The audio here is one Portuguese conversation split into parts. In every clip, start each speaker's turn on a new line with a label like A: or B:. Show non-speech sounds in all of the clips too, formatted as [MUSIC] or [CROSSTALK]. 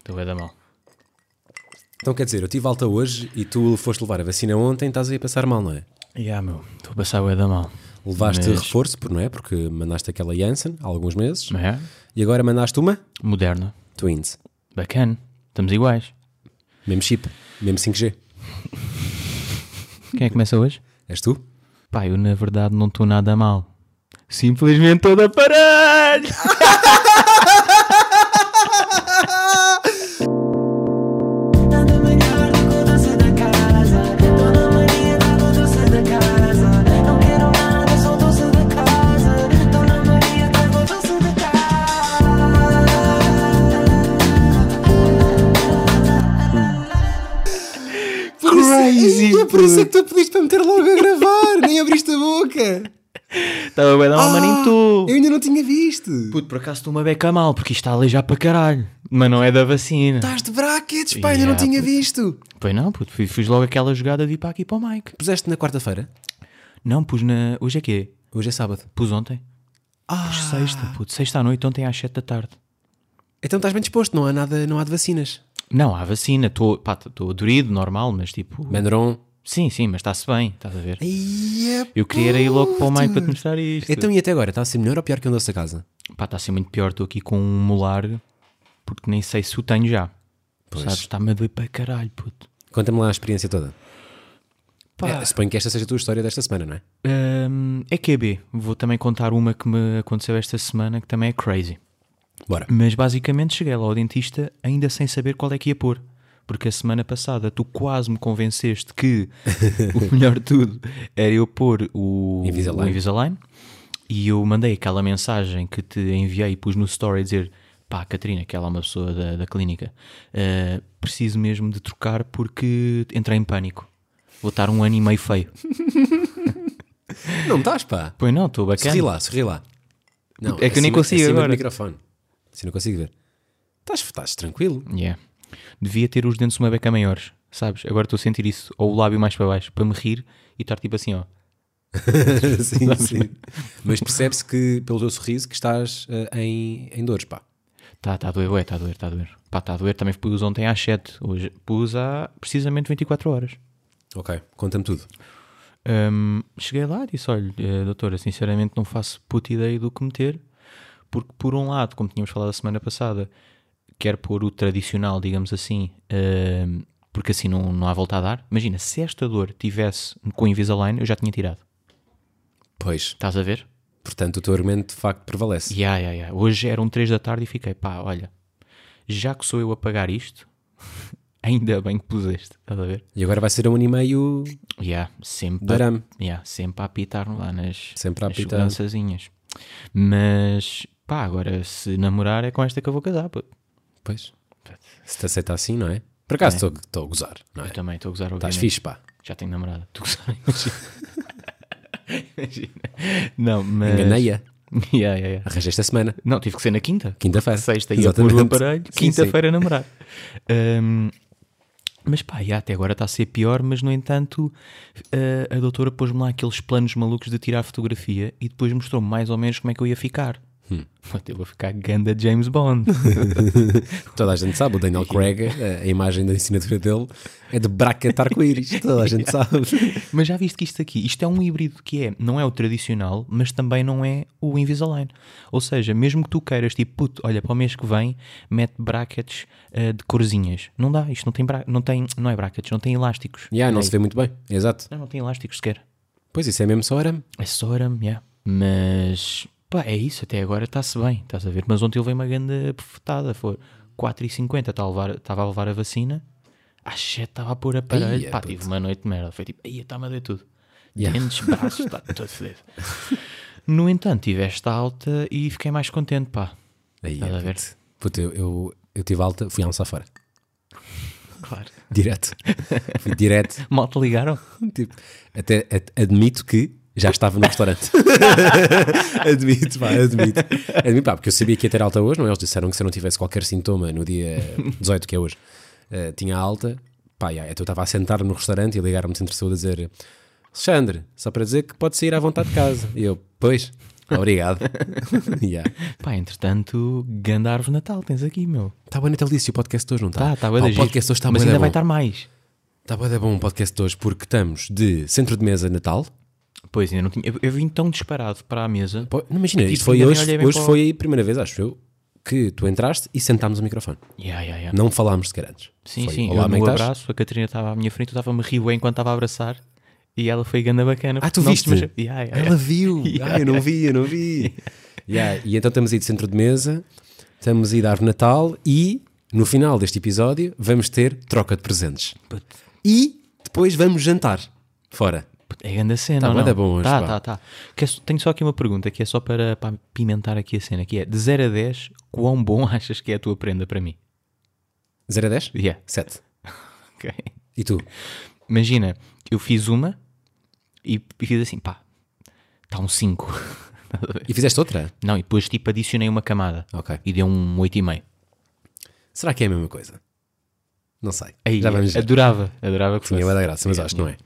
A: Aquilo é da mal.
B: Então quer dizer, eu tive alta hoje e tu foste levar a vacina ontem, estás aí a passar mal, não é?
A: E ah, meu, estou a passar o da mal.
B: Levaste
A: Mas-
B: reforço, por- não é? Porque mandaste aquela Janssen há alguns meses
A: É?
B: e agora mandaste uma
A: Moderna.
B: Twins.
A: Bacana. Estamos iguais.
B: Mesmo chip, mesmo 5G.
A: Quem é que começa hoje?
B: És tu?
A: Pá, eu na verdade não estou nada mal. Simplesmente todo aparelho!
C: Nada melhor do que o doce da casa. Dona Maria dá o doce da casa. Não quero nada, só doce da casa. Dona Maria dá o doce da casa.
B: Crazy! É [LAUGHS] por isso é que tu pediste para meter logo a gravar, nem abriste a boca!
A: Estava bem da mal, mas nem tu!
B: ainda não tinha visto!
A: Puto, por acaso estou uma beca mal, porque isto está a aleijar para caralho. Mas não é da vacina.
B: Estás de brackets,
A: pá, ainda não Yeah, tinha
B: visto!
A: Pois não, puto, fiz, fiz logo aquela jogada de ir para aqui para o Mike.
B: Puseste na quarta-feira?
A: Não, pus na. Hoje é quê?
B: Hoje é sábado.
A: Pus ontem.
B: Ah!
A: Pus sexta, puto. Sexta à noite, ontem às 7 da tarde.
B: Então estás bem disposto, não há nada, não há de vacinas.
A: Não, há vacina, estou pá, tô adorido, normal, mas tipo.
B: Mandaram.
A: Sim, sim, mas está-se bem, estás a ver?
B: Ai, é
A: Eu queria era ir logo para o Mike para te
B: puta.
A: mostrar isto.
B: Então e até agora? Está a ser melhor ou pior que um doce da casa?
A: Pá, está a ser muito pior, estou aqui com um molar, porque nem sei se o tenho já.
B: Pois.
A: Sabes, está-me a doer para caralho, puto.
B: Conta-me lá a experiência toda.
A: Pá,
B: É, suponho que esta seja a tua história desta semana, não é?
A: hum, é QB. Vou também contar uma que me aconteceu esta semana, que também é crazy.
B: Bora.
A: Mas basicamente cheguei lá ao dentista ainda sem saber qual é que ia pôr. Porque a semana passada tu quase me convenceste que o melhor de tudo era eu pôr o
B: Invisalign.
A: o Invisalign. E eu mandei aquela mensagem que te enviei e pus no story a dizer: pá, Catarina, que ela é uma pessoa da, da clínica, eh, preciso mesmo de trocar porque entrei em pânico. Vou estar um ano e meio feio.
B: Não estás, pá.
A: Pois não, estou bacana.
B: Sorri lá, sorri lá. Não,
A: É que eu nem
B: acima-
A: consigo
B: acima do
A: agora.
B: microfone. Assim não consigo ver. Estás,
A: [LAUGHS]
B: estás tranquilo.
A: Yeah. Devia ter os dentes uma beca maiores, sabes? Agora estou a sentir isso, ou o lábio mais para baixo, para me rir e estar tipo assim, ó.
B: sim, sim. Mas percebe-se que, pelo teu sorriso, que estás eh, em, em dores, pá.
A: Tá, tá a doer, ué, tá a doer, tá a doer. Pá, tá a doer, também pus ontem às 7, hoje pus há precisamente 24 horas.
B: Ok, conta-me tudo.
A: Hum, cheguei lá e disse: Olha, eh, doutora, sinceramente não faço puta ideia do que meter, porque, por um lado, como tínhamos falado a semana passada, quero pôr o tradicional, digamos assim, hum, porque assim não, não há volta a dar. Imagina, se esta dor tivesse com Invisalign, eu já tinha tirado.
B: Pois,
A: Estás a ver?
B: portanto, o teu argumento de facto prevalece.
A: Ya, ya, ya. Hoje eram 3 da tarde e fiquei, pá, olha, já que sou eu a pagar isto, [LAUGHS] ainda bem que puseste, estás a ver?
B: E agora vai ser um ano e meio
A: Ya, sempre, a,
B: darame.
A: ya, sempre a apitar lá nas,
B: Sempre a
A: nas
B: apitar.
A: segurançazinhas. Mas, pá, agora se namorar é com esta que eu vou casar, pô.
B: Pois. Se te aceita assim, não é? Por acaso estou estou a gozar, não é?
A: Eu também estou a gozar,
B: Estás
A: obviamente.
B: fixe, pá.
A: Já tenho namorada, estou a gozar, imagina. [LAUGHS] imagina. Não, mas... [LAUGHS]
B: Enganei-a.
A: Ya, ya, ya.
B: Arranjei esta semana,
A: Não, tive que ser na quinta.
B: quinta-feira.
A: Sexta ia é pôr o
B: Exatamente.
A: aparelho,
B: Sim,
A: quinta-feira namorar. Ahm, mas pá, já, até agora está a ser pior, mas no entanto eh, a doutora pôs-me lá aqueles planos malucos de tirar fotografia e depois mostrou-me mais ou menos como é que eu ia ficar.
B: Hum.
A: Puta, Eu vou ficar ganda James
B: [LAUGHS]
A: Bond.
B: sim. Toda a gente sabe, o Daniel Craig, eh, a, a imagem da assinatura dele é de bracket arco-íris. Toda
A: [LAUGHS]
B: a gente sabe.
A: mas já viste que isto aqui, isto é um híbrido que é, não é o tradicional, mas também não é o Invisalign. Ou seja, mesmo que tu queiras, tipo, puto, olha, para o mês que vem, mete brackets eh, de corzinhas. Não dá, isto não tem, bra- não tem, não é brackets, não tem elásticos. É
B: Já, não se vê muito bem. Exato.
A: Não, não tem elásticos sequer.
B: Pois isso é mesmo só arame.
A: É só arame, yeah. Mas, pá, é isso, até agora está-se bem, estás a ver? Mas ontem levei uma grande bufetada, foi 4,50, estava tá a, levar- estava a levar a vacina, às 7 estava a pôr aparelho,
B: Ia,
A: pá,
B: puto.
A: tive uma noite de merda, foi tipo, aí está-me a doer tudo.
B: [LAUGHS] Yeah.
A: Dentes, braços, está tudo fedido. No entanto, tive esta alta e fiquei mais contente, pá.
B: Aí, é,
A: Estás a ver?
B: puto. Puto, eu, eu, eu tive alta, fui almoçar fora.
A: Claro.
B: Direto. fui direto.
A: Mal te ligaram?
B: Tipo, até ad- admito que já estava no
A: [LAUGHS]
B: restaurante. admito, pá, admito. Admito, pá, porque eu sabia que ia ter alta hoje, não é? Eles disseram que se eu não tivesse qualquer sintoma no dia 18, que é hoje, eh, tinha alta. Pá, já, então eu estava a sentar-me no restaurante e ligaram-me de centro de saúde a dizer: Alexandre, só para dizer que pode sair à vontade de casa. E eu, pois. Obrigado. [LAUGHS] yeah.
A: Pá, entretanto, ganda árvore de Natal tens aqui, meu.
B: Está bem Tá natalício o podcast de hoje, não está?
A: Tá, tá, bué
B: Pá,
A: da
B: O
A: giro.
B: podcast de hoje está
A: Mas ainda
B: bem
A: vai tá-
B: bom.
A: estar mais.
B: Está bem bom o podcast de hoje porque estamos de centro de mesa de Natal.
A: Pois, ainda não tinha. Eu, eu vim tão disparado para a mesa.
B: Pô, Não imagina,
A: Tipo,
B: isto foi
A: ainda nem
B: hoje,
A: olhei bem
B: hoje
A: para o-
B: foi a primeira vez, acho eu, que tu entraste e sentámos o microfone.
A: Yeah, yeah, yeah.
B: Não falámos sequer antes.
A: Ah. Sim,
B: Foi,
A: sim.
B: Olá,
A: eu
B: como é
A: no
B: que estás?
A: abraço, a Catarina estava à minha frente, eu estava-me a rir bué enquanto estava a abraçar. E ela foi ganda bacana.
B: Ah,
A: porque
B: tu
A: não
B: viste?
A: desmanchou- Yeah, yeah, yeah.
B: [LAUGHS] Ela
A: [LAUGHS]
B: viu.
A: Yeah,
B: ah, eu não vi, eu
A: [LAUGHS]
B: não vi. Yeah, E então estamos aí de centro de mesa, estamos aí de árvore de Natal e no final deste episódio vamos ter troca de presentes. E depois vamos jantar fora.
A: É grande a cena,
B: Tá,
A: ou
B: bué
A: não?
B: da bom hoje,
A: tá,
B: pá.
A: tá, tá. Que é só- tenho só aqui uma pergunta que é só para, para pimentar aqui a cena, que é de 0 a 10, quão bom [LAUGHS] achas que é a tua prenda para mim?
B: 0 a 10?
A: Yeah.
B: 7.
A: Ok.
B: E tu?
A: Imagina, eu fiz uma e, e fiz assim, pá, está um 5.
B: E fizeste outra?
A: não, e depois tipo adicionei uma camada
B: Ok.
A: e deu um 8,5.
B: Será que é a mesma coisa? Não sei.
A: Aí,
B: Já vamos ver.
A: adorava, adorava que
B: Tinha
A: fosse.
B: bué da graça, mas acho que não é.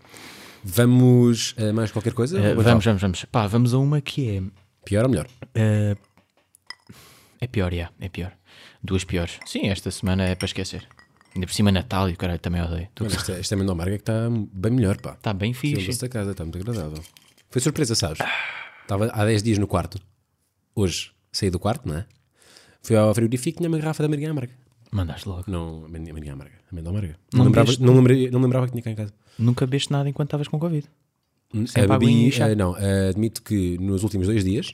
B: Vamos a mais qualquer coisa?
A: Eh,
B: Ou então,
A: vamos, vamos, vamos. Pá, vamos a uma que é.
B: Pior ou melhor?
A: eh, é pior, já, é pior. Duas piores. Sim, esta semana é para esquecer. Ainda por cima Natal e o caralho também odeio.
B: Olha, Esta, esta amêndoa amarga que está bem melhor, pá.
A: Está bem
B: Sim, eu
A: Tá fixe.
B: gosto da casa, está muito agradável. Foi surpresa, sabes? Estava há 10 dias no quarto. Hoje saí do quarto, não é? Fui ao frigorífico e tinha uma garrafa de amendoim amarga.
A: Mandaste logo.
B: Não, amend- amendoim amarga. Amêndoa amarga. Não,
A: Não
B: lembrava,
A: viste?
B: não, lembrei, não lembrava que tinha cá em casa.
A: Nunca bebeste nada enquanto estavas com Covid.
B: Eh,
A: Sempre aguinha e chá.
B: eh, não, eh, admito que nos últimos dois dias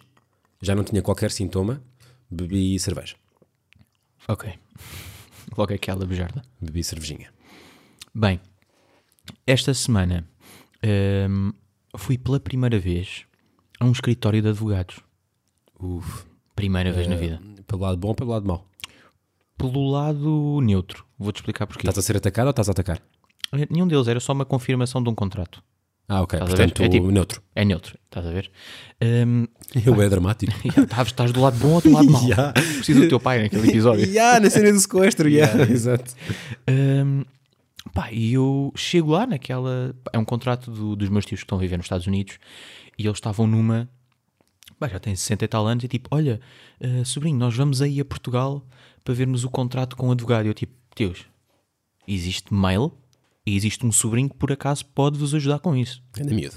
B: já não tinha qualquer sintoma. Bebi cerveja.
A: Ok. [LAUGHS] Logo aquela bejarda.
B: Bebi cervejinha.
A: Bem, esta semana hum, fui pela primeira vez a um escritório de advogados.
B: Uf. Eh,
A: Primeira vez na vida.
B: Pelo lado bom ou pelo lado mau?
A: Pelo lado neutro, vou-te explicar porquê.
B: Estás a ser atacado ou estás a atacar?
A: Nenhum deles era só uma confirmação de um contrato.
B: Ah, ok.
A: Estás a ver?
B: Portanto,
A: É tipo-
B: neutro.
A: É neutro, estás a ver? Hum,
B: Eu
A: [LAUGHS]
B: é [LAUGHS] dramático.
A: yeah, estás, estás do lado bom ou do lado mau?
B: [LAUGHS] Yeah.
A: Preciso do teu pai naquele episódio.
B: Ya, na cena do sequestro, ya, exato.
A: Hum, pá, e eu chego lá naquela. pá, É um contrato do- dos meus tios que estão a viver nos Estados Unidos e eles estavam numa. pá, já tem 60 e tal anos e tipo, olha, eh, sobrinho, nós vamos aí a Portugal para vermos o contrato com o advogado. E eu tipo, tios, existe mail e existe um sobrinho que por acaso pode vos ajudar com isso.
B: Anda É miúdo.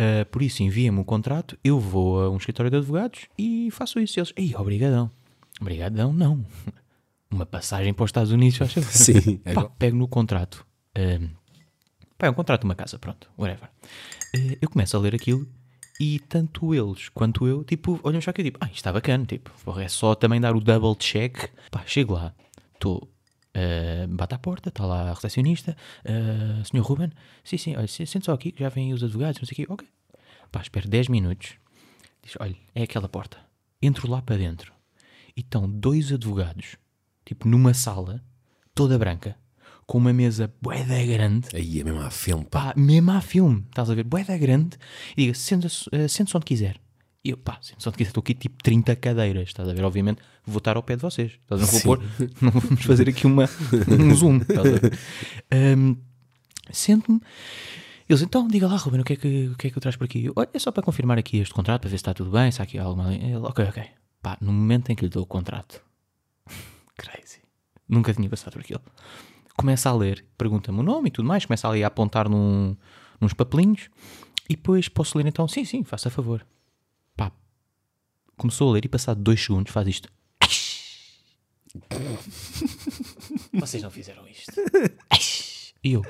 A: Uh, por isso, envia-me um contrato, eu vou a um escritório de advogados e faço isso. E eles, ei, obrigadão. Obrigadão, não. [LAUGHS] Uma passagem para os Estados Unidos, faz favor.
B: Sim, [LAUGHS] é
A: Pá,
B: igual.
A: pego no contrato. Um, pá, é um contrato de uma casa, pronto, whatever. Uh, eu começo a ler aquilo e tanto eles quanto eu, tipo, olhamos para aqui tipo, ah, isto está bacana, tipo, porra, é só também dar o double check. Pá, chego lá, estou. Uh, bate à porta, está lá a recepcionista, uh, senhor Ruben, sim, sim, olha, se- sente só aqui, que já vêm os advogados, não sei o quê, ok. Pá, espero 10 minutos. Diz, olha, é aquela porta. Entro lá para dentro. E estão dois advogados, tipo, numa sala, toda branca, com uma mesa bué da grande,
B: Aí é mesmo a filme, pá.
A: pá, mesmo há filme, estás a ver, bué da grande, e diga, senta-se eh, sente-se onde quiser. E eu, pá, sente-se onde quiser, estou aqui tipo 30 cadeiras, estás a ver, obviamente, vou estar ao pé de vocês, estás a ver, não vou pôr, um não vamos fazer aqui uma, um zoom, estás a ver. Ahm, Sento-me, eles, então, diga lá, Ruben, o que é que, o que, é que eu traz por aqui? Eu, Olha, é só para confirmar aqui este contrato, para ver se está tudo bem, se há aqui alguma... Ele, ok, ok. Pá, no momento em que lhe dou o contrato... [LAUGHS] Crazy. Nunca tinha passado por aquilo. Começa a ler, pergunta-me o nome e tudo mais, começa ali a apontar num, nos papelinhos e depois posso ler então, sim, sim, faça favor. Pá, começou a ler e passado dois segundos faz isto. Vocês não fizeram
B: [LAUGHS]
A: isto. E eu,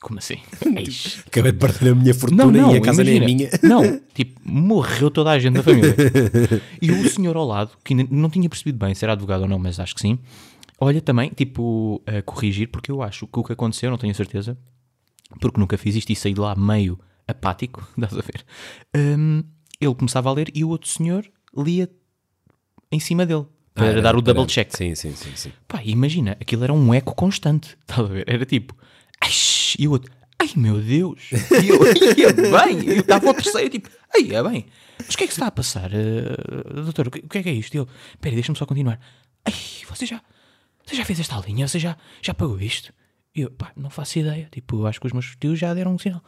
A: como
B: [LAUGHS]
A: assim? Eish.
B: Acabei de perder a minha fortuna
A: Não, não,
B: e a casa Tipo, nem é minha. [LAUGHS]
A: imagina. Não, tipo, morreu toda a gente da família. E o senhor ao lado, que ainda não tinha percebido bem se era advogado ou não, mas acho que sim, olha também, tipo, a corrigir, porque eu acho que o que aconteceu, não tenho certeza, porque nunca fiz isto e saí de lá meio apático, [LAUGHS] estás a ver? Hum, ele começava a ler e o outro senhor lia em cima dele, para
B: Ah, era-
A: dar o double
B: era-
A: check.
B: Sim, sim, sim. sim.
A: Pá, imagina, aquilo era um eco constante, [LAUGHS] estás a ver? Era tipo, ai, e o outro, ai meu Deus, [LAUGHS] e eu, ia bem, e eu estava ao terceiro, tipo, ai, é bem, mas o que é que se está a passar, eh, doutor, o que, o que é que é isto? E ele, peraí, deixa-me só continuar, ai, você já, você já fez esta linha, você já, já pagou isto? E eu, pá, não faço ideia, tipo, acho que os meus tios já deram um sinal,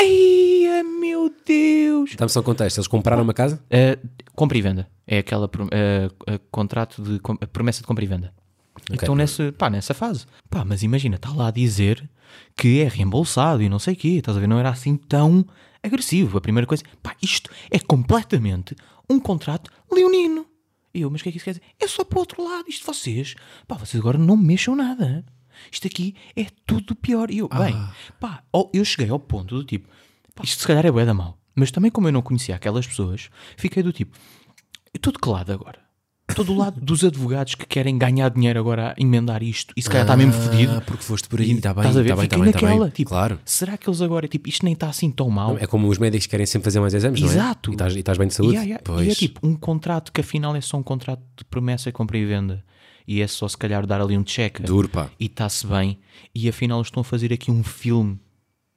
A: ai, Ah, meu Deus!
B: Dá-me só um contexto. Eles compraram uma casa?
A: Eh, compra e venda. É aquela prom- eh, eh, contrato de com- a promessa de compra e venda. Então nessa, pá, nessa fase. Pá, mas imagina, está lá a dizer que é reembolsado e não sei o quê. Estás a ver? Não era assim tão agressivo. A primeira coisa, pá, isto é completamente um contrato leonino. E eu, mas o que é que isso quer dizer? É só para o outro lado. Isto vocês, pá, vocês agora não mexam nada. Isto aqui é tudo pior. E eu, bem, pá, ó, eu cheguei ao ponto do tipo, pá, isto se calhar é bué da mau. Mas também como eu não conhecia aquelas pessoas, fiquei do tipo, eu estou de que lado agora? Estou do lado dos advogados que querem ganhar dinheiro agora a emendar isto e se calhar está tá mesmo fodido.
B: Ah, porque foste por
A: E
B: aí. Tá bem,
A: estás a ver?
B: tá bem, tá
A: Fiquei
B: bem, tá
A: naquela,
B: bem.
A: tipo,
B: Claro.
A: será que eles agora, tipo, isto nem está assim tão mal?
B: É como os médicos querem sempre fazer mais exames, não é?
A: Exato.
B: E estás- E estás bem de saúde?
A: Yeah, yeah.
B: Pois.
A: E é tipo um contrato que afinal é só um contrato de promessa, compra e venda. E é só se calhar dar ali um check.
B: Duro, pá.
A: E está-se bem. E afinal eles estão a fazer aqui um filme.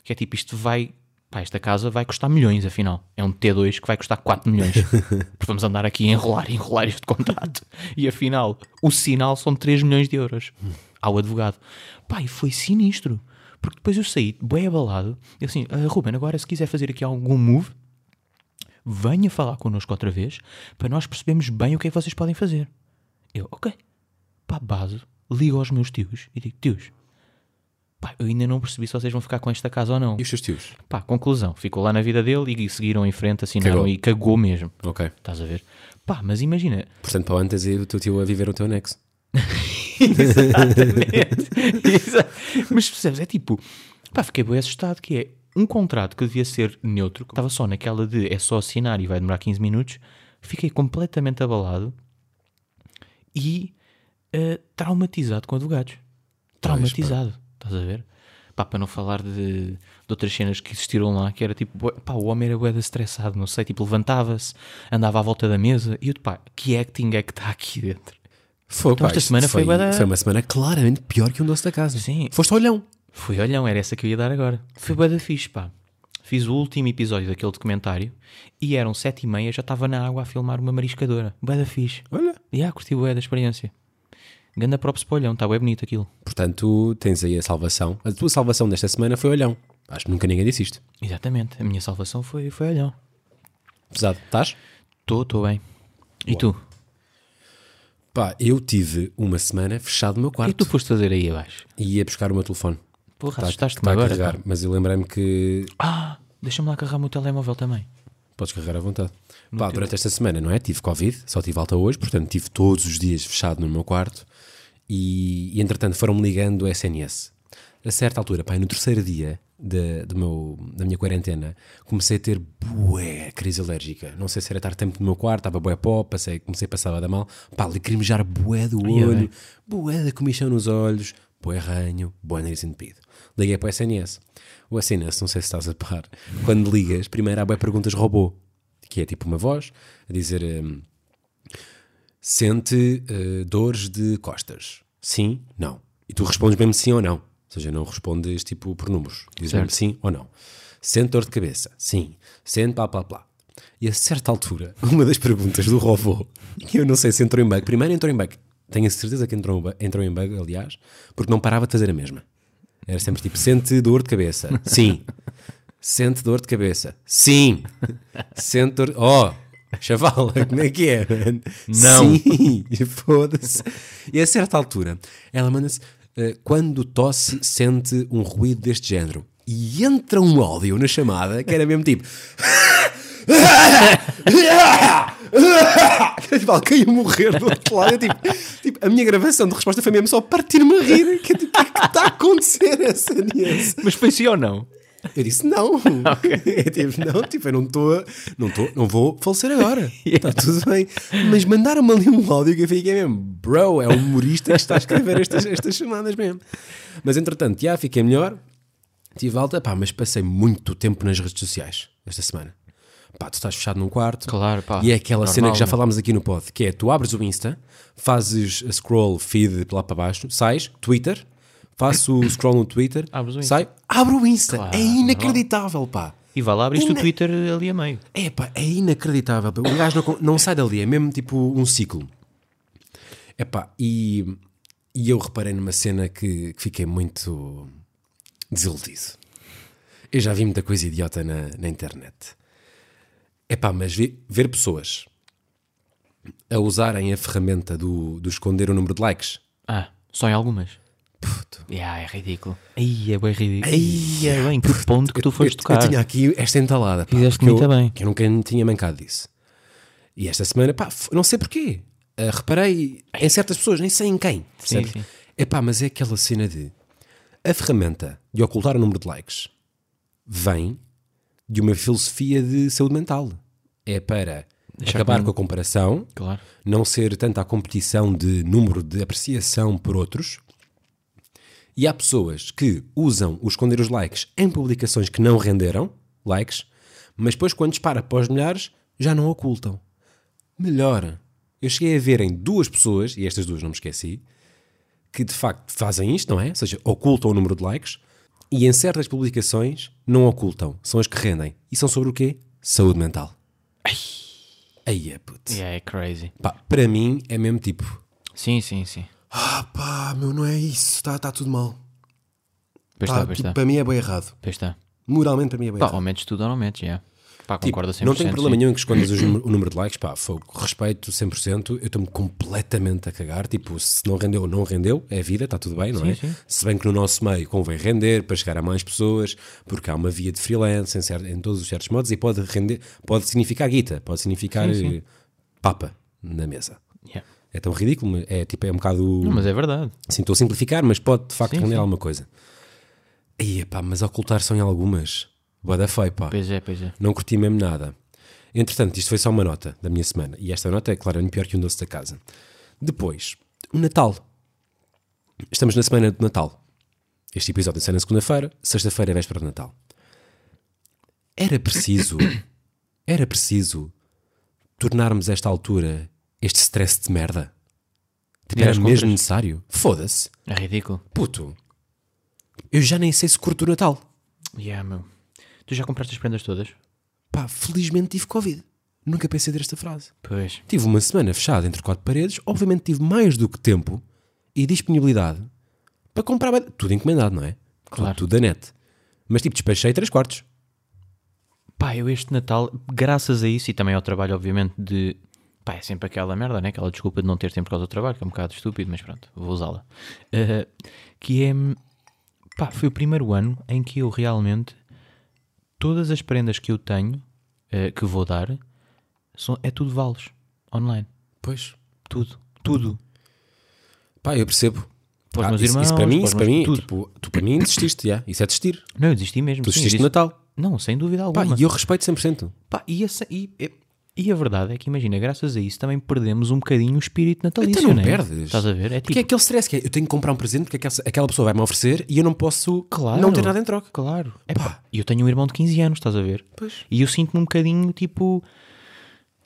A: Que é tipo, isto vai. Pá, esta casa vai custar milhões, afinal. É um T2 que vai custar 4 milhões. Porque vamos andar aqui a enrolar, enrolar este contrato. E afinal, o sinal são 3 milhões de euros ao advogado. Pá, e foi sinistro. Porque depois eu saí, bem abalado. E assim, "Ah, Ruben, agora se quiser fazer aqui algum move, venha falar connosco outra vez para nós percebermos bem o que é que vocês podem fazer. Eu, ok. Pá, base, ligo aos meus tios e digo, tios, pá, eu ainda não percebi se vocês vão ficar com esta casa ou não.
B: E os seus tios?
A: Pá, conclusão, ficou lá na vida dele e seguiram em frente, assinaram
B: Cagou.
A: e cagou mesmo.
B: Ok.
A: Estás a ver? Pá, mas imagina,
B: Portanto, para antes e o teu tio a viver o teu anexo.
A: [LAUGHS] Exatamente. Exato. Mas percebes? É tipo, pá, fiquei bem assustado que é um contrato que devia ser neutro, que estava só naquela de é só assinar e vai demorar 15 minutos, fiquei completamente abalado e eh, traumatizado com advogados. Traumatizado, estás a ver? Pá, para não falar de, de outras cenas que existiram lá, que era tipo, bué- pá, o homem era bué de estressado, não sei, tipo, levantava-se, andava à volta da mesa, e eu, pá, que acting é que está aqui dentro?
B: Foi,
A: Então,
B: pá,
A: esta
B: isto
A: semana foi bué da-
B: foi uma semana claramente pior que um doce da casa.
A: Sim.
B: Foste olhão.
A: Foi olhão, era essa que eu ia dar agora. Foi bué da fixe, pá. Fiz o último episódio daquele documentário e eram sete e meia, já estava na água a filmar uma mariscadora. Bué da fixe.
B: Olha.
A: E ah, curti bué da experiência. Ganda props para o olhão, está bué bonito aquilo.
B: Portanto, tens aí a salvação. A tua salvação desta semana foi olhão. Acho que nunca ninguém disse isto.
A: Exatamente, a minha salvação foi, foi olhão.
B: Pesado, estás?
A: Estou, estou bem. E tu? O é
B: Pá, eu tive uma semana fechado no meu
A: que é que tu
B: quarto
A: foste fazer aí abaixo?
B: e ia buscar o meu telefone.
A: Porra,
B: Tá-
A: assustaste-me
B: tá a
A: agora.
B: carregar, mas eu lembrei-me que
A: Ah, deixa-me lá carregar o meu telemóvel também.
B: Podes carregar à vontade. Pá, durante esta semana, não é? Tive Covid, só tive alta hoje, portanto tive todos os dias fechado no meu quarto e, e, entretanto foram-me ligando o SNS. A certa altura, pá, no terceiro dia da- do meu, da minha quarentena, comecei a ter bué crise alérgica. Não sei se era estar tempo no meu quarto, estava bué pó, passei, comecei a passar da mal, pá, lacrimejar bué do olho, bué da comichão nos olhos, bué ranho, bué nariz entupido. Liguei para o SNS. O SNS, não sei se estás a par, quando ligas, primeiro há bué perguntas robô, que é tipo uma voz, a dizer... hum, sente eh, dores de costas? Sim, não. E tu respondes mesmo sim ou não. Ou seja, não respondes tipo por números. Dizes mesmo sim ou não. Sente dor de cabeça? Sim. Sente blá blá blá. E a certa altura, [LAUGHS] uma das perguntas do robô, que eu não sei se entrou em bug, primeiro entrou em bug. Tenho a certeza que entrou, em bu- entrou em bug, aliás, porque não parava de fazer a mesma. Era sempre tipo, sente dor de cabeça? Sim. Sente dor de cabeça? Sim. Sente dor. Oh, chaval, [LAUGHS] como é que é, man?
A: Não.
B: Sim, foda-se. E a certa altura, ela manda-se. eh, quando tosse, sente um ruído deste género. E entra um áudio na chamada que era mesmo tipo. [LAUGHS] tipo, alguém a morrer do outro lado. Eu, tipo, tipo, a minha gravação de resposta foi mesmo só partir-me a rir. Que, tipo, o que é que está a acontecer essa nisso?
A: Mas foi sim ou não?
B: Eu disse
A: [LAUGHS]
B: não. É tipo, não, tipo, [LAUGHS] eu não estou, não tô, não vou falecer
A: [LAUGHS]
B: agora. Está tudo bem. Mas mandaram-me ali um áudio que eu fiquei mesmo, bro, é um humorista que está a escrever estas, estas chamadas mesmo. Mas entretanto, já fiquei melhor, tive alta, pá, mas passei muito tempo nas redes sociais esta semana. Pá, tu estás fechado num quarto.
A: Claro, pá,
B: E é aquela cena
A: normal,
B: que já
A: né?
B: falámos aqui no pod, que é tu abres o Insta, fazes a scroll feed lá para baixo, sais, Twitter, faço o scroll no Twitter,
A: Abres o Insta.
B: sai, abro o Insta.
A: Claro,
B: é inacreditável, pá.
A: E vai lá, abriste o
B: Ina-
A: Twitter ali a meio.
B: É, pá, é inacreditável. pá. O gajo não, con- não sai dali, é mesmo tipo um ciclo. É pá, e, e eu reparei numa cena que, que fiquei muito desiludido. Eu já vi muita coisa idiota na, na internet. Epá, mas vi- ver pessoas a usarem a ferramenta do, do esconder o número de likes.
A: Ah, só em algumas.
B: Puto.
A: Yeah, é ridículo. Aí é bem ridículo. Aí
B: Ai,
A: é bem, que ponto que tu foste
B: eu, eu
A: tocar.
B: tinha aqui esta entalada. Pá,
A: Fizeste
B: porque
A: muito
B: eu,
A: bem.
B: Que eu nunca tinha mancado disso. E esta semana, pá, f- não sei porquê. ah, reparei em certas pessoas, nem sei em quem. percebes?
A: sim.
B: Epá, mas é aquela cena de. A ferramenta de ocultar o número de likes vem de uma filosofia de saúde mental. É para acabar com a comparação,
A: Claro.
B: não ser tanta a competição de número de apreciação por outros. E há pessoas que usam o esconder os likes em publicações que não renderam likes, mas depois, quando dispara para os milhares, já não ocultam. Melhor. Eu cheguei a ver em duas pessoas, e estas duas não me esqueci, que de facto fazem isto, não é? Ou seja, ocultam o número de likes e em certas publicações não ocultam, são as que rendem. E são sobre o quê? Saúde mental. Aí é puto.
A: Yeah, é crazy.
B: Pá, para mim é mesmo tipo.
A: Sim, sim, sim.
B: Ah, pá, meu, não é isso, está tá tudo mal.
A: Pois
B: Pá,
A: está, pois
B: tipo,
A: está.
B: para mim é bem errado.
A: Pois está.
B: Moralmente, para mim é bem
A: Pá,
B: errado.
A: ou metes tudo ou não metes, yeah. Pá,
B: Tipo,
A: concordo 100%.
B: não tenho problema
A: sim.
B: nenhum em que escondas os número- o número de likes, pá, fogo, respeito 100%, eu estou-me completamente a cagar, tipo, se não rendeu, não rendeu, é vida, está tudo bem, não é? Se bem que no nosso meio convém render para chegar a mais pessoas, porque há uma via de freelance em, cer- em todos os certos modos e pode render, pode significar guita, pode significar eh, papa na mesa.
A: Yeah.
B: É tão ridículo, mas é tipo, é um bocado...
A: Não, mas é verdade.
B: Sim, estou a simplificar, mas pode de facto
A: Sim,
B: render
A: sim.
B: alguma coisa. E pá, mas ocultar são em algumas. Boa da feio, pá.
A: Pois é, pois é.
B: Não curti mesmo nada. Entretanto, isto foi só uma nota da minha semana. E esta nota é claramente pior que um doce da casa. Depois, o Natal. Estamos na semana do Natal. Este episódio sai na segunda-feira, sexta-feira é véspera de Natal. Era preciso, [COUGHS] era preciso tornarmos esta altura este stress de merda. Tipo,
A: Ir
B: era
A: às
B: mesmo
A: compras.
B: necessário. Foda-se.
A: É ridículo.
B: Puto, eu já nem sei se curto o Natal.
A: Yeah, meu. Tu já compraste as prendas todas?
B: Pá, felizmente tive Covid. Nunca pensei ter esta frase.
A: Pois.
B: Tive uma semana fechada entre quatro paredes, obviamente tive mais do que tempo e disponibilidade para comprar ba- tudo encomendado, não é?
A: Claro.
B: Tudo, tudo da net. Mas tipo, despachei três quartos.
A: Pá, eu este Natal, graças a isso e também ao trabalho, obviamente, de. Pá, é sempre aquela merda, né? Aquela desculpa de não ter tempo por causa do trabalho, que é um bocado estúpido, mas pronto, vou usá-la. Eh, que é. Pá, foi o primeiro ano em que eu realmente. Todas as prendas que eu tenho, eh, que vou dar, são, é tudo vales. Online.
B: Pois.
A: Tudo. Tudo.
B: Pá, eu percebo.
A: Para os meus
B: isso,
A: irmãos,
B: isso para
A: para
B: mim, isso
A: os
B: para
A: meus-
B: mim,
A: tudo.
B: tipo, tu para mim desististe, já. Isso é desistir. Tu
A: Não, eu desisti mesmo. sim, eu
B: desististe
A: disse-
B: no Natal.
A: Não, sem dúvida
B: Pá,
A: alguma.
B: e eu respeito 100%.
A: Pá, e, essa- e- e- e a verdade é que, imagina, graças a isso também perdemos um bocadinho o espírito natalício,
B: Até Então
A: né?
B: não perdes.
A: Estás a ver? É tipo,
B: Porque é aquele stress que é, eu tenho que comprar um presente porque aquela, aquela pessoa vai-me oferecer e eu não posso
A: claro.
B: não ter nada em troca.
A: Claro. É pá, e eu tenho um irmão de 15 anos, estás a ver?
B: Pois.
A: E eu sinto-me um bocadinho tipo.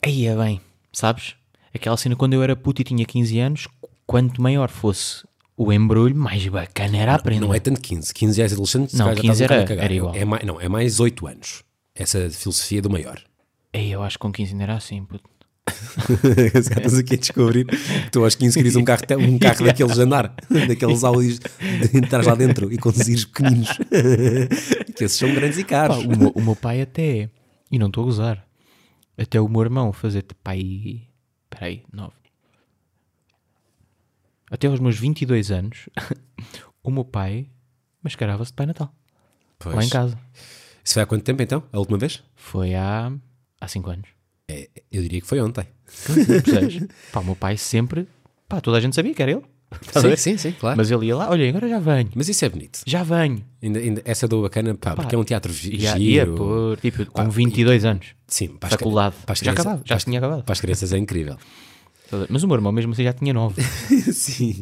A: Aí é bem, sabes? Aquela cena quando eu era puto e tinha 15 anos, quanto maior fosse o embrulho, mais bacana era a prenda.
B: Não é tanto 15. 15 já és adolescente, se
A: Não,
B: calhar já estás
A: 15
B: um bocado
A: era-
B: a cagar.
A: era igual.
B: É mais, não, é mais 8 anos. Essa filosofia do maior.
A: Ei, eu acho que com 15 ainda era assim, puto.
B: [LAUGHS] Se calhar estás aqui a descobrir que tu aos 15 querias um carro, um carro daqueles de andar, daqueles aulis de entrar lá dentro e conduzires pequeninos. [LAUGHS] que esses são grandes e
A: Pá,
B: caros.
A: o, meu, o meu pai até, é, e não estou a gozar, até o meu irmão fazer pai. Espera aí, 9. Até aos meus 22 anos, [LAUGHS] o meu pai mascarava-se de Pai Natal,
B: Pois.
A: lá em casa.
B: Isso foi há quanto tempo então? A última vez?
A: Foi há, há 5 anos.
B: Eu diria que foi ontem. [LAUGHS]
A: Percebes? pá, o meu pai sempre, pá, toda a gente sabia que era ele, Estás a ver?
B: sim, sim, claro. Mas,
A: mas ele ia lá, olha, agora já venho,
B: isso é bonito.
A: já venho.
B: Ainda, ainda- essa dou bacana, pá, porque é um teatro gi-
A: Ia,
B: giro.
A: ia pôr, tipo, com 22 anos,
B: Sim, para as cri-
A: faculdade.
B: para as
A: Já
B: crianças-
A: acabava, já
B: para as-
A: tinha acabado.
B: Para as crianças é incrível.
A: Mas o meu irmão mesmo assim já tinha 9.
B: Sim.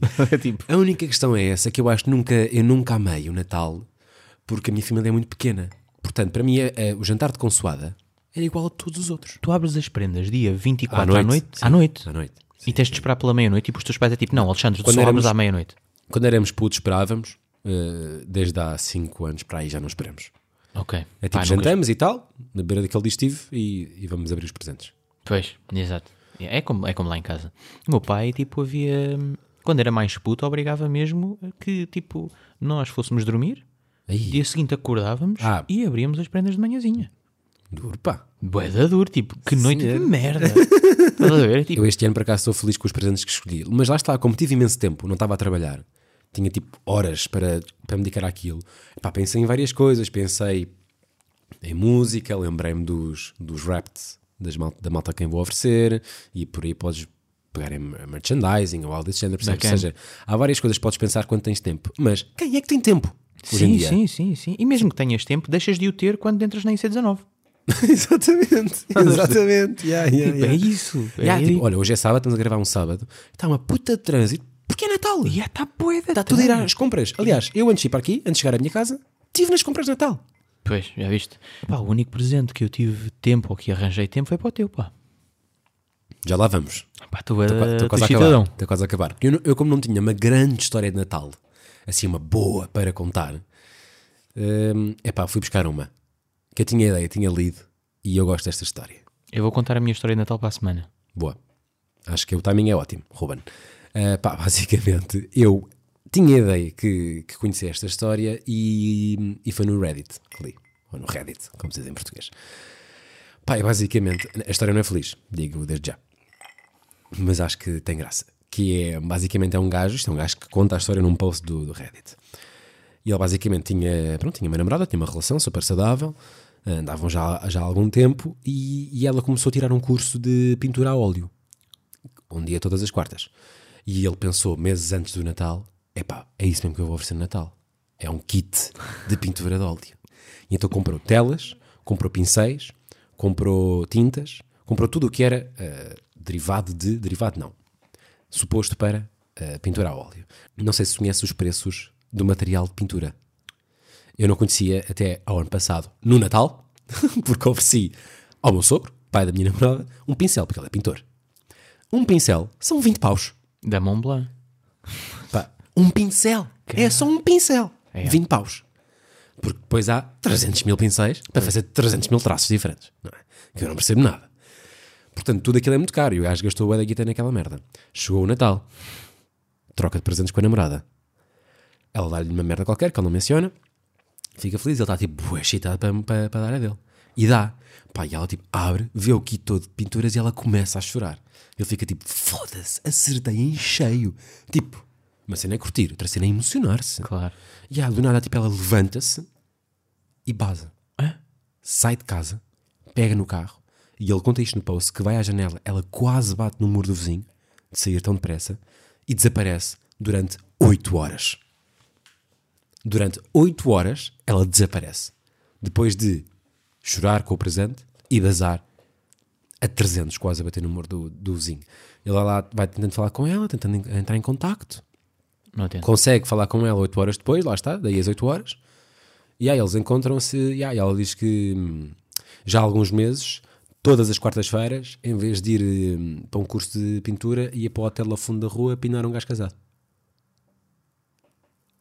B: A única questão é essa que eu acho que nunca, eu nunca amei o Natal porque a minha família é muito pequena. Portanto, para mim, é, é, o jantar de consoada era igual a todos os outros.
A: Tu abres as prendas dia 24 à noite, à noite,
B: Sim, À noite.
A: e tens de esperar pela meia-noite e os teus pais é tipo, não, Alexandre, tu
B: Quando
A: só
B: éramos-
A: abres à meia-noite.
B: Quando éramos putos, esperávamos. eh, desde há 5 anos para aí já não esperamos.
A: Ok.
B: É tipo,
A: Pá, nunca-
B: jantamos e tal, na beira daquele digestivo e, e vamos abrir os presentes.
A: Pois, exato. É é como, é como lá em casa. O meu pai, tipo, havia. Quando era mais puto, obrigava mesmo a que, tipo, nós fôssemos dormir,
B: Aí,
A: Dia seguinte acordávamos
B: Ah.
A: e abríamos as prendas de manhãzinha.
B: duro, pá.
A: Bué da dor, tipo, que noite de
B: senhor. [LAUGHS]
A: merda. Estás a ver? Tipo,
B: é. Eu este ano, por acaso, estou feliz com os presentes que escolhi. Mas lá está, como tive imenso tempo, não estava a trabalhar, tinha tipo horas para, para me dedicar àquilo. Pá, pensei em várias coisas. Pensei em música, lembrei-me dos, dos raps das mal- da malta a quem vou oferecer e por aí podes pegar em merchandising ou algo desse género. percebes? Ou
A: Bacana.
B: seja, há várias coisas que podes pensar quando tens tempo. Mas quem é que tem tempo? Hoje em
A: sim,
B: dia?
A: sim, sim, sim. E mesmo que tenhas tempo, deixas de o ter quando entras na IC19. [LAUGHS]
B: [LAUGHS] exatamente, exatamente. Yeah, yeah,
A: Tipo,
B: yeah.
A: É isso.
B: Yeah,
A: é
B: tipo, olha, hoje é sábado, estamos a gravar um sábado, está uma puta de trânsito, porque é Natal.
A: E tá está poeda.
B: Está Tá tudo a ir às compras. Aliás, eu antes de ir para aqui, antes de chegar à minha casa, estive nas compras de Natal.
A: Pois, já viste? Pá, o único presente que eu tive tempo ou que arranjei tempo foi para o teu, pá.
B: Já lá vamos.
A: Pá, tu é
B: Estou quase, a
A: cidadão.
B: acabar. Estou quase a acabar. Eu, não- eu, como não tinha uma grande história de Natal, assim, uma boa para contar, é epá, fui buscar uma que eu tinha ideia, tinha lido e eu gosto desta história.
A: Eu vou contar a minha história de Natal para a semana.
B: Boa. Acho que o timing é ótimo, Ruben. Eh, pá, [LAUGHS] basicamente, eu tinha ideia que, que conhecia esta história e, e foi no Reddit que li. Ou no Reddit, como se diz em português. Pá, e basicamente, a história não é feliz, digo desde já. Mas acho que tem graça. Que é, basicamente, é um gajo, isto é um gajo que conta a história num post do, do Reddit. E ele basicamente tinha, pronto, tinha uma namorada, tinha uma relação super saudável, eh, andavam já, já há algum tempo e, e ela começou a tirar um curso de pintura a óleo, um dia todas as quartas. E ele pensou, meses antes do Natal, epá, é isso mesmo que eu vou oferecer no Natal. É um kit de pintura de óleo. E então comprou telas, comprou pincéis, comprou tintas, comprou tudo o que era eh, derivado de, derivado não, suposto para eh, pintura a óleo. Não sei se conhece os preços do material de pintura. Eu não conhecia até ao ano passado, no Natal, [LAUGHS] porque ofereci ao meu sogro, pai da minha namorada, um pincel, porque ele é pintor. Um pincel são 20 paus.
A: Da Mont Blanc.
B: Pá, um pincel. É só um pincel.
A: É.
B: 20 paus. Porque depois há 300 mil pincéis para fazer 300 mil traços diferentes. Não é? Que eu não percebo nada. Portanto, tudo aquilo é muito caro. E o gajo gastou o da guita naquela merda. Chegou o Natal. Troca de presentes com a namorada. Ela dá-lhe uma merda qualquer que ele não menciona. Fica feliz. Ele está tipo, bué excitado para, para, para dar a dele. E dá. Pá, e ela tipo, abre, vê o kit todo de pinturas e ela começa a chorar. Ele fica tipo, foda-se, acertei em cheio. Tipo, uma cena é curtir, outra cena é emocionar-se.
A: Claro.
B: E a do nada, tipo, ela levanta-se e baza. Sai de casa, pega no carro e ele conta isto no post que vai à janela, ela quase bate no muro do vizinho de sair tão depressa e desaparece durante 8 horas. Durante 8 horas ela desaparece. Depois de chorar com o presente e bazar a 300, quase a bater no muro do, do vizinho. Ele vai lá vai tentando falar com ela, tentando en- entrar em contacto,
A: Não atendo.
B: consegue falar com ela 8 horas depois, lá está, daí as 8 horas. E aí eles encontram-se, e aí ela diz que hum, já há alguns meses, todas as quartas-feiras, em vez de ir hum, para um curso de pintura, ia para o hotel ao fundo da rua pinar um gajo casado.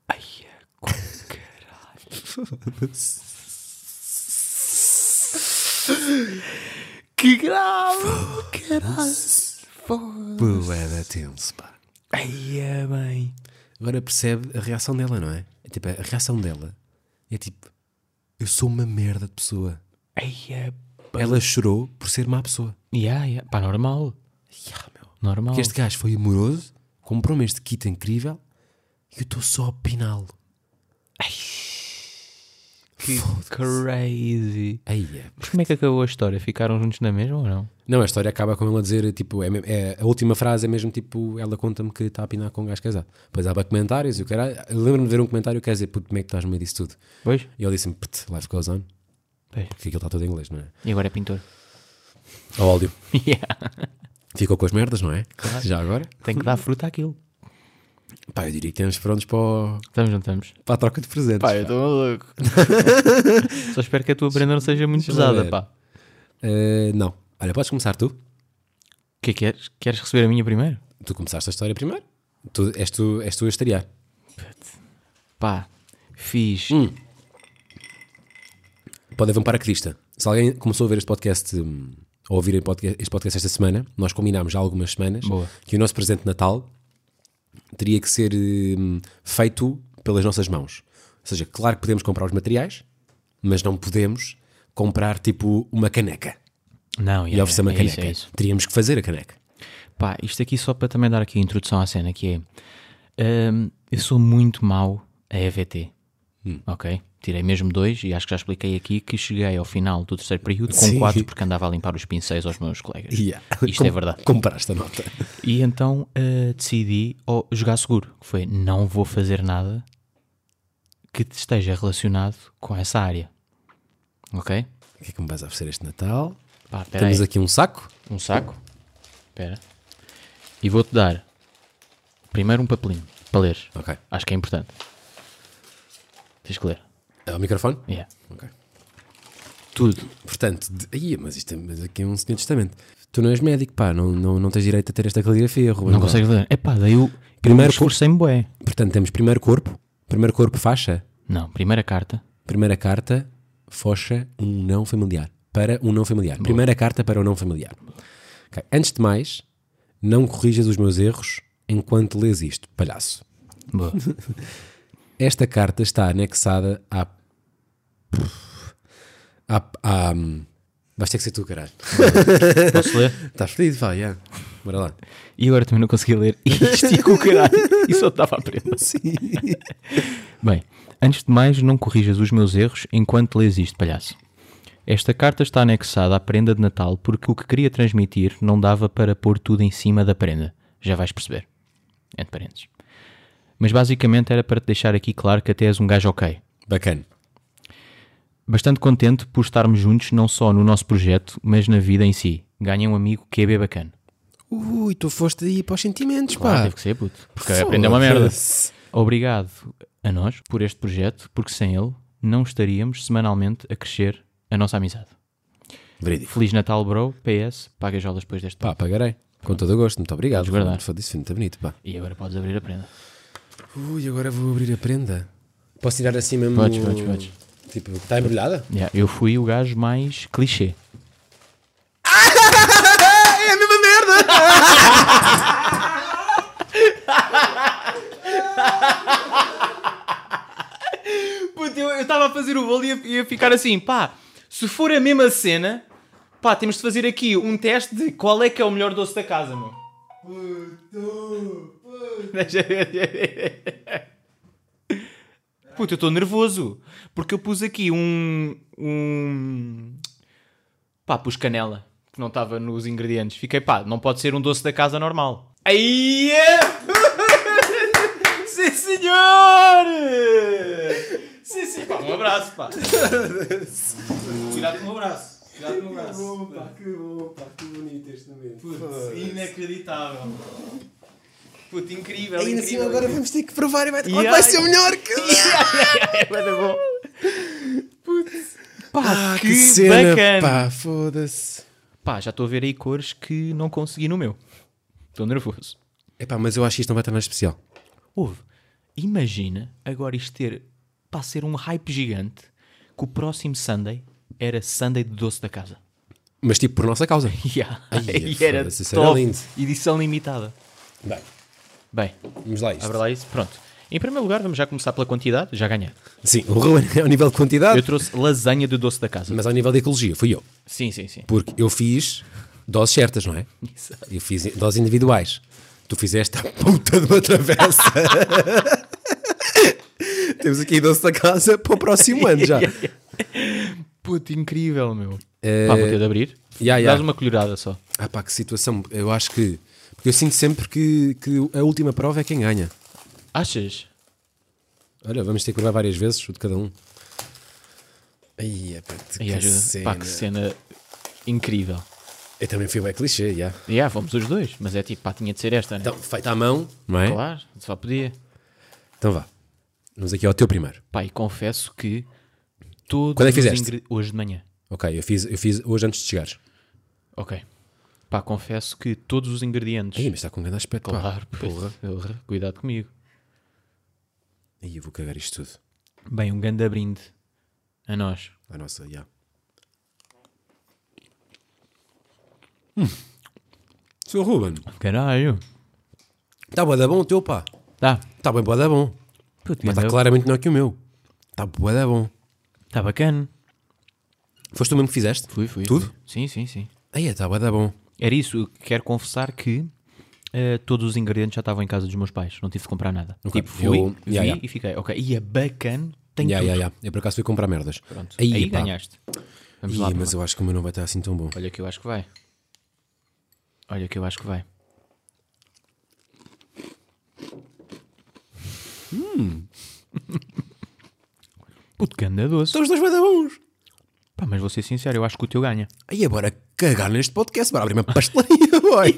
A: Ai, é, caralho. que grave! Caralho! Foda-se.
B: Bué da tenso, pá.
A: Ai, é bem.
B: Agora percebe a reação dela, não é? É tipo, a reação dela é tipo, eu sou uma merda de pessoa.
A: Ai, é.
B: Ela chorou por ser má pessoa.
A: Yeah, yeah. Pá, normal.
B: Yeah, meu.
A: Normal.
B: Porque este gajo foi amoroso, comprou-me este kit incrível e eu estou só a piná-lo.
A: Que crazy.
B: Aí é.
A: Mas como é que acabou a história? Ficaram juntos na mesma ou não?
B: Não, a história acaba com ela dizer, tipo, é, mesmo- é- a última frase é mesmo tipo, ela conta-me que está a pinar com um gajo casado. Depois há bué comentários e o cara, lembro-me de ver um comentário que quer dizer, puto, como é que estás no meio disso tudo?
A: Pois?
B: E ele disse-me, put, life goes on,
A: Pois.
B: porque aquilo está tudo em inglês, não é?
A: E agora é pintor.
B: Ao óleo.
A: [LAUGHS] Yeah.
B: Ficou com as merdas, não é? Já agora?
A: Tem que dar fruta àquilo.
B: Pá, eu diria que temos prontos para, o-
A: Estamos, não estamos?
B: para a troca de presentes. pá.
A: estou maluco. Só espero que a tua prenda não seja muito
B: Deixa-me
A: pesada,
B: ver.
A: pá.
B: Eh, não. Olha, podes começar tu.
A: O que é que queres? Queres receber a minha primeiro?
B: Tu começaste a história primeiro. Tu, és, tu, és tu a estrear.
A: Pá, fiz.
B: Pode haver um paracrista. Se alguém começou a ver este podcast, hum, ou a ouvir este podcast, este podcast esta semana, nós combinámos já há algumas semanas
A: Boa.
B: que o nosso presente de Natal teria que ser hum, feito pelas nossas mãos. Ou seja, claro que podemos comprar os materiais, mas não podemos comprar tipo uma caneca
A: Não,
B: e oferecer uma
A: é
B: caneca.
A: isso, é isso.
B: Teríamos que fazer a caneca.
A: Pá, isto aqui só para também dar aqui a introdução à cena, que é... hum, eu sou muito mau a EVT, ok? Tirei mesmo dois e acho que já expliquei aqui que cheguei ao final do terceiro período com
B: Sim.
A: quatro porque andava a limpar os pincéis aos meus colegas.
B: Yeah.
A: Isto é verdade.
B: Compraste a nota.
A: E então eh, decidi ó, jogar seguro, que foi não vou fazer nada que te esteja relacionado com essa área. Ok?
B: O que é que me vais oferecer este Natal?
A: Pá, espera aí.
B: Temos aqui um saco.
A: Um saco. Espera. E vou-te dar primeiro um papelinho para ler.
B: Ok.
A: Acho que é importante. Tens que ler.
B: É o microfone?
A: Yeah.
B: Ok.
A: Tudo.
B: Portanto, de... Ih, mas isto é- mas aqui é um senhor de testamento. Tu não és médico, pá, não, não, não tens direito a ter esta caligrafia, Ruben.
A: Não consegues ler. É pá, daí eu.
B: Primeiro
A: Primeiro curso sem boé.
B: Portanto, temos primeiro corpo, primeiro corpo faixa,
A: Não, primeira carta.
B: primeira carta, focha, um não familiar. Para um não familiar. Primeira carta para o não familiar. Ok, Antes de mais, não corrijas os meus erros enquanto lês isto, palhaço. [LAUGHS]
A: Boa.
B: Esta carta está anexada à. à. à... hum, Vais ter que ser tu, caralho.
A: Posso ler?
B: Estás feliz? Vá, já. Bora lá.
A: E agora também não consegui ler. E estico o caralho. E só estava a prenda.
B: Sim.
A: Bem, antes de mais, não corrijas os meus erros enquanto lês isto, palhaço. Esta carta está anexada à prenda de Natal porque o que queria transmitir não dava para pôr tudo em cima da prenda. Já vais perceber. Entre parênteses. Mas basicamente era para te deixar aqui claro que até és um gajo ok.
B: Bacana.
A: Bastante contente por estarmos juntos não só no nosso projeto, mas na vida em si. Ganha um amigo que é bem bacana.
B: Ui, tu foste aí para os sentimentos,
A: Claro,
B: pá.
A: teve que ser, puto. Porque aprender
B: é
A: uma merda.
B: Foda-se.
A: Obrigado a nós por este projeto, porque sem ele não estaríamos semanalmente a crescer a nossa amizade.
B: Verídico.
A: Feliz Natal, bro. PS, paga as aulas depois deste.
B: Pá, pagarei. Com todo o gosto, muito obrigado.
A: Podes guardar.
B: Foi disso, foi muito bonito, pá.
A: E agora podes abrir a prenda.
B: Ui, agora vou abrir a prenda. Posso tirar assim mesmo?
A: Podes, podes, podes.
B: Tipo, está embrulhada?
A: Yeah, eu fui o gajo mais clichê.
B: [LAUGHS] É a mesma merda!
A: eu estava a fazer o bolo e ia, ficar assim, pá, se for a mesma cena, pá, temos de fazer aqui um teste de qual é que é o melhor doce da casa, meu. [LAUGHS] Puta, eu estou nervoso. Porque eu pus aqui um. um. pá, pus canela. Que não estava nos ingredientes. Fiquei, pá, não pode ser um doce da casa normal. Aí! é! [LAUGHS] Sim, senhor! Sim, sim, pá, um abraço, pá. um Cuidado com o meu braço. Cuidado com o meu braço.
B: que bom, pá, que bonito este momento.
A: Putz, inacreditável. Puto, incrível,
B: Ainda assim,
A: incrível.
B: agora vamos ter que provar e vai,
A: Yeah.
B: vai ser o melhor que.
A: É bué bom. Putz. é Pá,
B: Ah,
A: que, bacana. Pá.
B: pá, foda-se.
A: já estou a ver aí cores que não consegui no meu. Estou nervoso.
B: Epá, mas eu acho que isto não vai estar nada especial.
A: Ouve, imagina agora isto ter, pá, ser um hype gigante que o próximo Sunday era Sunday de doce da casa. [LAUGHS]
B: Mas tipo, por nossa causa.
A: Yeah.
B: Ai, é
A: e era
B: foda-se, isso era
A: top.
B: lindo.
A: Edição limitada.
B: Bem,
A: Bem,
B: vamos lá a isto.
A: abra lá isso. Pronto. Em primeiro lugar, vamos já começar pela quantidade. Já ganhei.
B: Sim, o Ruben é ao nível de quantidade,
A: Eu trouxe lasanha de doce da casa.
B: mas ao nível de ecologia, fui eu.
A: Sim, sim, sim.
B: Porque eu fiz doses certas, não é?
A: Exato.
B: Eu fiz doses individuais. Tu fizeste a puta de uma travessa. [LAUGHS] Temos aqui doce da casa para o próximo ano [LAUGHS] já.
A: Puto, incrível, meu.
B: Eh,
A: Pá, vou ter de abrir.
B: Ya, ya.
A: Dás uma colherada só.
B: Ah pá, que situação. Eu acho que... Porque eu sinto sempre que, que a última prova é quem ganha.
A: Achas?
B: Olha, vamos ter que provar várias vezes o de cada um. Ai, é pá, que
A: E ajuda. Pá, que cena incrível.
B: Eu também fui bem clichê, já.
A: E yeah, fomos os dois, mas é tipo, pá, tinha de ser esta, né?
B: Então, feita à mão, não é?
A: Claro, só podia.
B: Então vá. Vamos aqui ao teu primeiro.
A: Pá, e confesso que todos
B: Quando é que
A: os
B: fizeste?
A: ingre- Hoje de manhã.
B: Ok, eu fiz, eu fiz hoje antes de chegares.
A: Ok. Pá, confesso que todos os ingredientes.
B: Ih, mas está com um grande aspecto,
A: claro,
B: pá.
A: porra. porra. Cuidado comigo.
B: Aí eu vou cagar isto tudo.
A: Bem, um grande brinde a nós.
B: A nossa, já. Seu Hum. Ruben,
A: Caralho.
B: está boa da bom o teu, pá.
A: Tá.
B: Está bem boa da bom.
A: Puto,
B: Mas tá está
A: ganda-
B: claramente melhor que o meu. está bué da bom.
A: Está tá bacana.
B: Foste tu mesmo que fizeste?
A: Fui, fui.
B: Tudo?
A: fui. Sim, sim, sim.
B: Aí, está bué da bom.
A: Era isso. Quero confessar que eh, todos os ingredientes já estavam em casa dos meus pais. Não tive de comprar nada.
B: Ok,
A: Tipo, fui,
B: eu-
A: vi
B: yeah, yeah.
A: e fiquei. Ok, e é bacana. Tem
B: Ya,
A: tudo.
B: ya, ya. Eu por acaso fui comprar merdas.
A: Pronto.
B: Aí,
A: Aí,
B: pá.
A: ganhaste. Vamos
B: Ih,
A: lá.
B: mas eu acho que o meu não vai estar assim tão bom.
A: Olha que eu acho que vai. Olha que eu acho que vai.
B: Hum.
A: [LAUGHS] Puto, ganda doce.
B: São os dois bué da bons.
A: Pá, mas vou ser sincero, eu acho que o teu ganha.
B: Aí agora cagar neste podcast, bora abrir uma pastelaria, [LAUGHS] boy.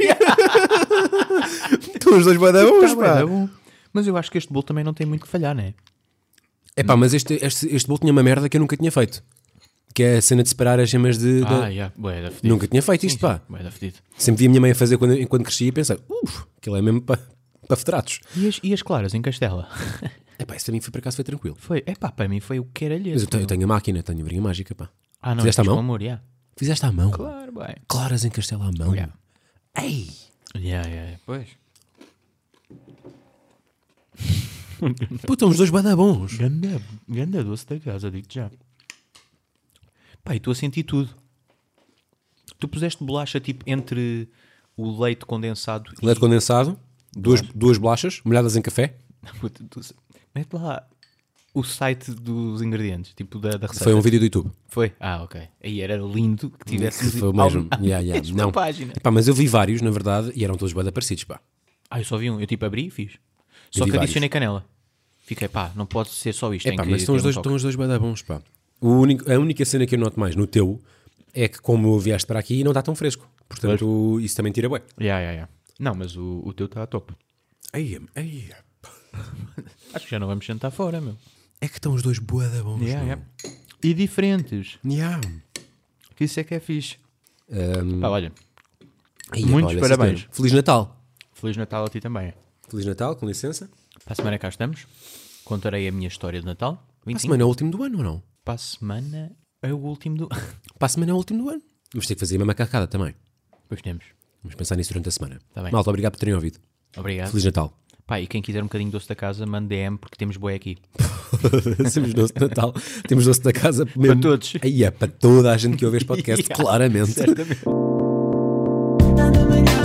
B: Estão os dois bué da bons,
A: Tá bué da
B: pá.
A: bom. Mas eu acho que este bolo também não tem muito que falhar, não é?
B: É pá, mas este, este, este bolo tinha uma merda que eu nunca tinha feito. Que é a cena de separar as gemas de... da-
A: Ah, yeah. Bué da fedido.
B: Nunca tinha feito isto,
A: Sim,
B: pá.
A: bué da fedido.
B: Sempre vi a minha mãe a fazer quando, enquanto crescia e pensei, uff, aquilo é mesmo para pa fetratos.
A: E as, e as claras em Castela? [LAUGHS]
B: É pá, isso para mim foi por acaso foi tranquilo.
A: Foi, é pá, para mim foi o que era
B: Mas eu tenho, eu tenho a máquina, tenho a briga mágica, pá.
A: Ah, não,
B: Fizeste à
A: fiz com
B: mão?
A: amor, yeah.
B: Fizeste à mão.
A: Claro, bem.
B: Claras em Castelo à mão.
A: Yeah.
B: Ei!
A: Yeah, yeah, yeah. Pois.
B: Puta, uns dois badabons.
A: Ganda, ganda doce da casa, digo-te já. Pá, e estou a sentir tudo. Tu puseste bolacha tipo entre o leite condensado [LAUGHS]
B: Leite condensado, duas, duas bolachas molhadas em café.
A: e. Puta, tu- Mete lá o site dos ingredientes, tipo da, da receita.
B: Foi um vídeo do YouTube.
A: Foi? Ah, ok. Aí era lindo que
B: É
A: tivesse
B: Foi o
A: [LAUGHS]
B: mesmo. Yeah, yeah.
A: Não.
B: Não.
A: página.
B: Epá, mas eu vi vários, na verdade, e eram todos bada parecidos, pá.
A: Ah, eu só vi um. Eu tipo abri e fiz. Só que
B: vi vários.
A: adicionei canela. Fiquei, pá, não pode ser só isto. tem
B: Epá,
A: que
B: mas estão
A: ter
B: os,
A: um
B: dois,
A: toque.
B: estão os dois badabons, pá. O único- a única cena que eu noto mais no teu é que, como vieste para aqui, não está tão fresco. Portanto, isso também tira bué.
A: Yeah, yeah, yeah. Não, mas o, o teu está a top.
B: Ai, ai,
A: Acho que já não vamos sentar fora, meu.
B: é que estão os dois badabons.
A: Yeah, yeah. E diferentes.
B: Yeah.
A: Que isso é que é fixe. Pá, olha,
B: Ai,
A: Muitos
B: olha,
A: parabéns.
B: certeza. Feliz Natal.
A: Feliz Natal a ti também.
B: Feliz Natal, com licença.
A: Para a semana cá estamos. Contarei a minha história de Natal.
B: Para a
A: 25.
B: semana é o último do ano ou não?
A: Para a semana é o último do. [LAUGHS]
B: Para a semana é o último do ano. Vamos ter que fazer uma macacada também.
A: Depois temos.
B: Vamos pensar nisso durante a semana.
A: Tá bem.
B: Malta, obrigado por terem ouvido.
A: Obrigado.
B: Feliz Natal.
A: Pá, e quem quiser um bocadinho de doce da casa, mande DM porque temos boi aqui.
B: [LAUGHS] Temos doce de Natal. Temos doce da casa. mesmo.
A: todos.
B: [LAUGHS] Aí é para toda a gente que ouve este podcast, claramente.
A: Certamente.
C: Tanto melhor